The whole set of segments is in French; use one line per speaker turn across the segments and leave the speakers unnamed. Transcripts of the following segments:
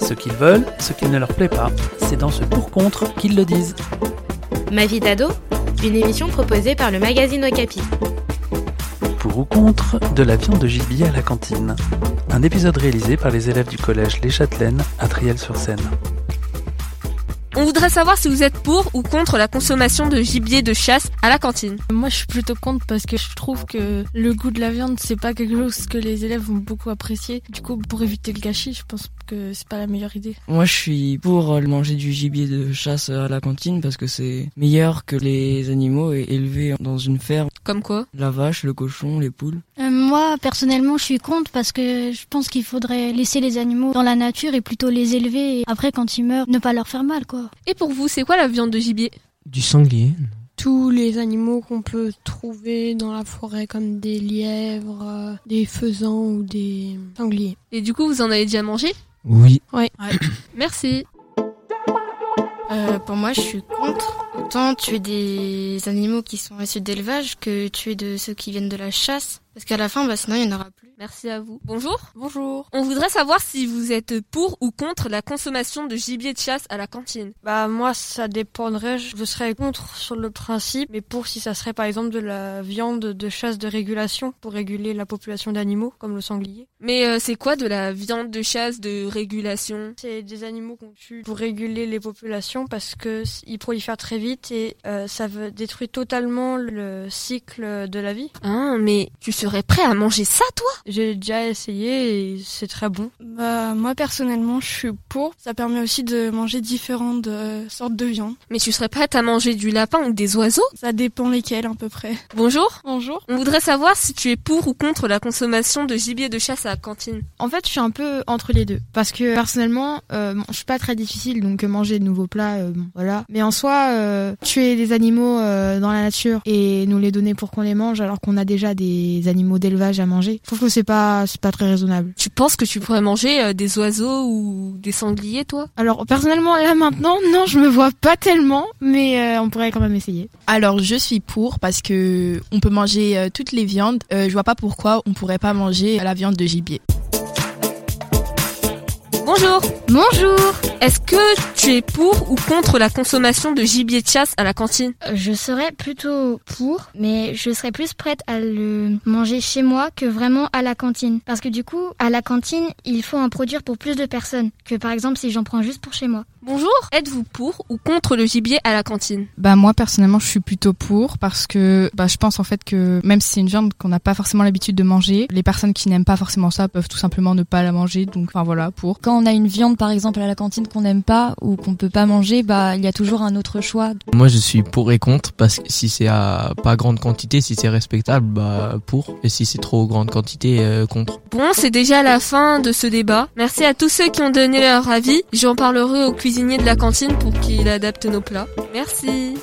Ce qu'ils veulent, ce qui ne leur plaît pas, c'est dans ce pour-contre qu'ils le disent.
Ma vie d'ado, une émission proposée par le magazine Okapi.
Pour ou contre, de la viande de gibier à la cantine. Un épisode réalisé par les élèves du collège Les Châtelaines à Triel-sur-Seine.
On voudrait savoir si vous êtes pour ou contre la consommation de gibier de chasse à la cantine.
Moi, je suis plutôt contre parce que je trouve que le goût de la viande, c'est pas quelque chose que les élèves vont beaucoup apprécier. Du coup, pour éviter le gâchis, je pense que c'est pas la meilleure idée.
Moi, je suis pour euh, manger du gibier de chasse à la cantine parce que c'est meilleur que les animaux é- élevés dans une ferme.
Comme quoi
La vache, le cochon, les poules.
Euh, moi, personnellement, je suis contre parce que je pense qu'il faudrait laisser les animaux dans la nature et plutôt les élever et après, quand ils meurent, ne pas leur faire mal, quoi.
Et pour vous, c'est quoi la viande de gibier
Du sanglier
tous les animaux qu'on peut trouver dans la forêt, comme des lièvres, euh, des faisans ou des sangliers.
Et du coup, vous en avez déjà mangé
Oui.
Merci.
Euh, pour moi, je suis contre. Autant tuer des animaux qui sont issus d'élevage que tuer de ceux qui viennent de la chasse. Parce qu'à la fin, bah, sinon, il n'y en aura plus.
Merci à vous. Bonjour.
Bonjour.
On voudrait savoir si vous êtes pour ou contre la consommation de gibier de chasse à la cantine.
Bah moi ça dépendrait, je je serais contre sur le principe, mais pour si ça serait par exemple de la viande de chasse de régulation pour réguler la population d'animaux comme le sanglier.
Mais euh, c'est quoi de la viande de chasse de régulation
C'est des animaux qu'on tue pour réguler les populations parce que s- ils prolifèrent très vite et euh, ça veut détruire totalement le cycle de la vie.
Hein, mais tu serais prêt à manger ça, toi
J'ai déjà essayé et c'est très bon.
Bah, moi personnellement, je suis pour. Ça permet aussi de manger différentes euh, sortes de viande.
Mais tu serais prête à manger du lapin ou des oiseaux
Ça dépend lesquelles à peu près.
Bonjour.
Bonjour.
On voudrait savoir si tu es pour ou contre la consommation de gibier de chasse à la cantine.
En fait, je suis un peu entre les deux parce que personnellement, euh, bon, je suis pas très difficile donc euh, manger de nouveaux plats, euh, bon, voilà. Mais en soi, euh, tuer des animaux euh, dans la nature et nous les donner pour qu'on les mange alors qu'on a déjà des animaux d'élevage à manger, je trouve que c'est pas c'est pas très raisonnable.
Tu penses que tu pourrais manger euh, des oiseaux ou des sangliers, toi
Alors personnellement là maintenant, non, je me vois pas tellement, mais euh, on pourrait quand même essayer.
Alors je suis pour parce que on peut manger euh, toutes les viandes. Euh, je vois pas pourquoi on pourrait pas manger la viande de gibier.
Bonjour.
Bonjour
Est-ce que tu es pour ou contre la consommation de gibier de chasse à la cantine
Euh, Je serais plutôt pour, mais je serais plus prête à le manger chez moi que vraiment à la cantine. Parce que du coup, à la cantine, il faut en produire pour plus de personnes que par exemple si j'en prends juste pour chez moi.
Bonjour. Êtes-vous pour ou contre le gibier à la cantine
Bah moi personnellement je suis plutôt pour parce que bah je pense en fait que même si c'est une viande qu'on n'a pas forcément l'habitude de manger, les personnes qui n'aiment pas forcément ça peuvent tout simplement ne pas la manger donc enfin voilà pour.
Quand on a une viande par exemple à la cantine qu'on n'aime pas ou qu'on peut pas manger, bah il y a toujours un autre choix.
Moi je suis pour et contre parce que si c'est à pas grande quantité, si c'est respectable, bah pour. Et si c'est trop grande quantité, euh, contre.
Bon, c'est déjà la fin de ce débat. Merci à tous ceux qui ont donné leur avis. J'en parlerai au cuisinier de la cantine pour qu'il adapte nos plats. Merci.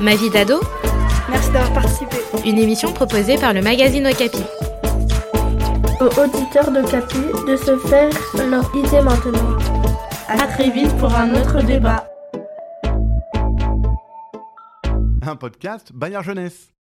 Ma vie d'ado,
Merci d'avoir participé.
une émission proposée par le magazine Okapi.
aux auditeurs de Capi de se faire leur idée maintenant.
À très vite pour un autre débat.
Un podcast Bayard Jeunesse.